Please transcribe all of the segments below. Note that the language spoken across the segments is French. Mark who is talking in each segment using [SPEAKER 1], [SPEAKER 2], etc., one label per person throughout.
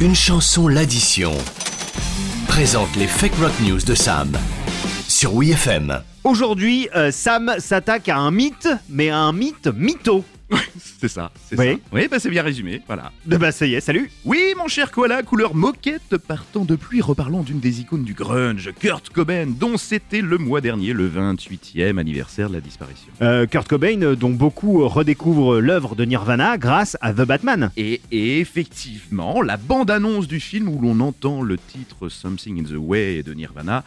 [SPEAKER 1] Une chanson, l'addition. Présente les Fake Rock News de Sam. Sur WeFM.
[SPEAKER 2] Aujourd'hui, euh, Sam s'attaque à un mythe, mais à un mythe mytho.
[SPEAKER 3] C'est ça, c'est
[SPEAKER 2] Oui.
[SPEAKER 3] ça. Oui, bah c'est bien résumé, voilà.
[SPEAKER 2] Eh ben ça y est, salut
[SPEAKER 3] Oui, mon cher koala, couleur moquette, partant de pluie, reparlons d'une des icônes du grunge, Kurt Cobain, dont c'était le mois dernier le 28e anniversaire de la disparition.
[SPEAKER 2] Euh, Kurt Cobain, euh, dont beaucoup euh, redécouvrent l'œuvre de Nirvana grâce à The Batman.
[SPEAKER 3] Et effectivement, la bande-annonce du film où l'on entend le titre Something in the Way de Nirvana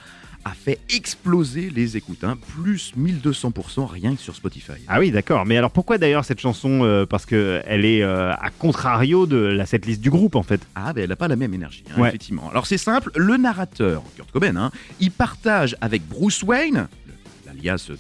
[SPEAKER 3] a fait exploser les écoutins, plus 1200% rien que sur Spotify.
[SPEAKER 2] Ah oui, d'accord. Mais alors pourquoi d'ailleurs cette chanson euh, Parce que elle est euh, à contrario de la setlist du groupe en fait.
[SPEAKER 3] Ah, ben elle n'a pas la même énergie, hein,
[SPEAKER 2] Ouais.
[SPEAKER 3] effectivement. Alors c'est simple, le narrateur, Kurt Cobain, hein, il partage avec Bruce Wayne, le- l'alias de
[SPEAKER 2] De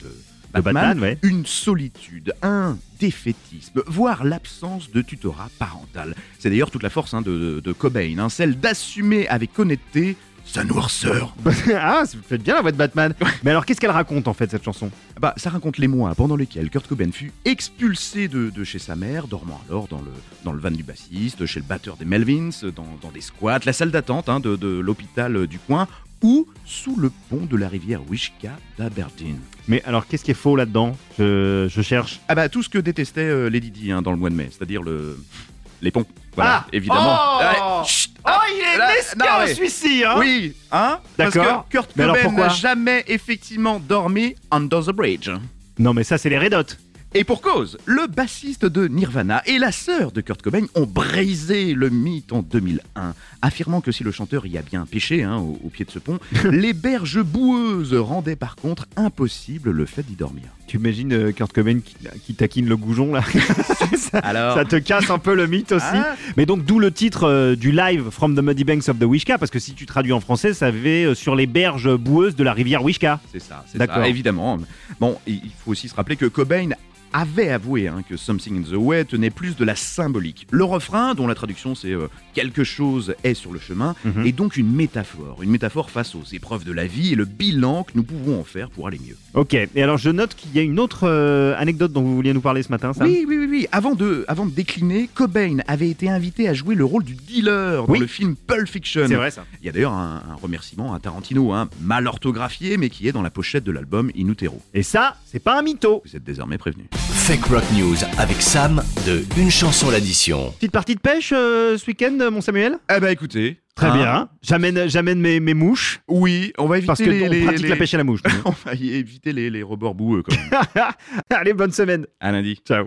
[SPEAKER 3] Batman,
[SPEAKER 2] Batman, ouais.
[SPEAKER 3] une solitude, un défaitisme, voire l'absence de tutorat parental. C'est d'ailleurs toute la force hein, de, de Cobain, hein, celle d'assumer avec honnêteté sa noirceur.
[SPEAKER 2] ah, vous faites bien la voix de Batman. Mais alors qu'est-ce qu'elle raconte en fait cette chanson
[SPEAKER 3] Bah, ça raconte les mois pendant lesquels Kurt Cobain fut expulsé de, de chez sa mère, dormant alors dans le, dans le van du bassiste, chez le batteur des Melvins, dans, dans des squats, la salle d'attente hein, de, de l'hôpital euh, du coin, ou sous le pont de la rivière Wishka d'Aberdeen.
[SPEAKER 2] Mais alors qu'est-ce qui est faux là-dedans je, je cherche.
[SPEAKER 3] Ah bah tout ce que détestait euh, Lady Di hein, dans le mois de mai, c'est-à-dire le les ponts. Voilà, évidemment.
[SPEAKER 2] Ah Oh
[SPEAKER 3] Ouais, chut,
[SPEAKER 2] Oh, il est
[SPEAKER 3] là,
[SPEAKER 2] mesquin
[SPEAKER 3] non, mais-
[SPEAKER 2] celui-ci, hein
[SPEAKER 3] oui, hein Parce que
[SPEAKER 2] D'accord.
[SPEAKER 3] Kurt
[SPEAKER 2] Mais alors
[SPEAKER 3] Cobain
[SPEAKER 2] pourquoi
[SPEAKER 3] n'a jamais effectivement dormi under the bridge.
[SPEAKER 2] Non mais ça c'est les Red Hot.
[SPEAKER 3] Et pour cause, le bassiste de Nirvana et la sœur de Kurt Cobain ont brisé le mythe en 2001, affirmant que si le chanteur y a bien pêché hein, au, au pied de ce pont, les berges boueuses rendaient par contre impossible le fait d'y dormir.
[SPEAKER 2] Tu imagines euh, Kurt Cobain qui, qui taquine le goujon là ça,
[SPEAKER 3] Alors,
[SPEAKER 2] ça te casse un peu le mythe aussi.
[SPEAKER 3] Ah,
[SPEAKER 2] Mais donc d'où le titre euh, du live From the Muddy Banks of the Wishka parce que si tu traduis en français, ça fait euh, sur les berges boueuses de la rivière Wishka.
[SPEAKER 3] c'est ça, c'est
[SPEAKER 2] D'accord.
[SPEAKER 3] ça, évidemment. Bon, il il faut aussi se rappeler que Cobain avait avoué hein, que Something in the Way tenait plus de la symbolique. Le refrain, dont la traduction c'est euh, quelque chose est sur le chemin,
[SPEAKER 2] Mhm.
[SPEAKER 3] est donc une métaphore, une métaphore face aux épreuves de la vie et le bilan que nous pouvons en faire pour aller mieux.
[SPEAKER 2] Ok, et alors je note qu'il y a une autre euh, anecdote dont vous vouliez nous parler ce matin, ça
[SPEAKER 3] Oui, oui, oui, oui. Avant de, avant de décliner, Cobain avait été invité à jouer le rôle du dealer dans
[SPEAKER 2] Oui.
[SPEAKER 3] le film Pulp Fiction.
[SPEAKER 2] c'est vrai ça.
[SPEAKER 3] Il y a d'ailleurs un, un remerciement à Tarantino, hein, mal orthographié, mais qui est dans la pochette de l'album In Utero.
[SPEAKER 2] Et ça, c'est pas un mytho.
[SPEAKER 3] Vous êtes désormais prévenu.
[SPEAKER 1] Fake Rock News avec Sam de Une chanson, l'addition.
[SPEAKER 2] Petite partie de pêche euh, ce week-end, euh, mon Samuel
[SPEAKER 3] Eh ben écoutez.
[SPEAKER 2] Très
[SPEAKER 3] hein,
[SPEAKER 2] bien. J'amène, j'amène mes, mes mouches
[SPEAKER 3] Oui, on va éviter
[SPEAKER 2] parce que
[SPEAKER 3] les,
[SPEAKER 2] on
[SPEAKER 3] les-
[SPEAKER 2] pratique
[SPEAKER 3] les-
[SPEAKER 2] la pêche à la mouche. nous.
[SPEAKER 3] euh, on va y éviter les, les rebords boueux, quand même.
[SPEAKER 2] Allez, bonne semaine.
[SPEAKER 3] à lundi.
[SPEAKER 2] Ciao.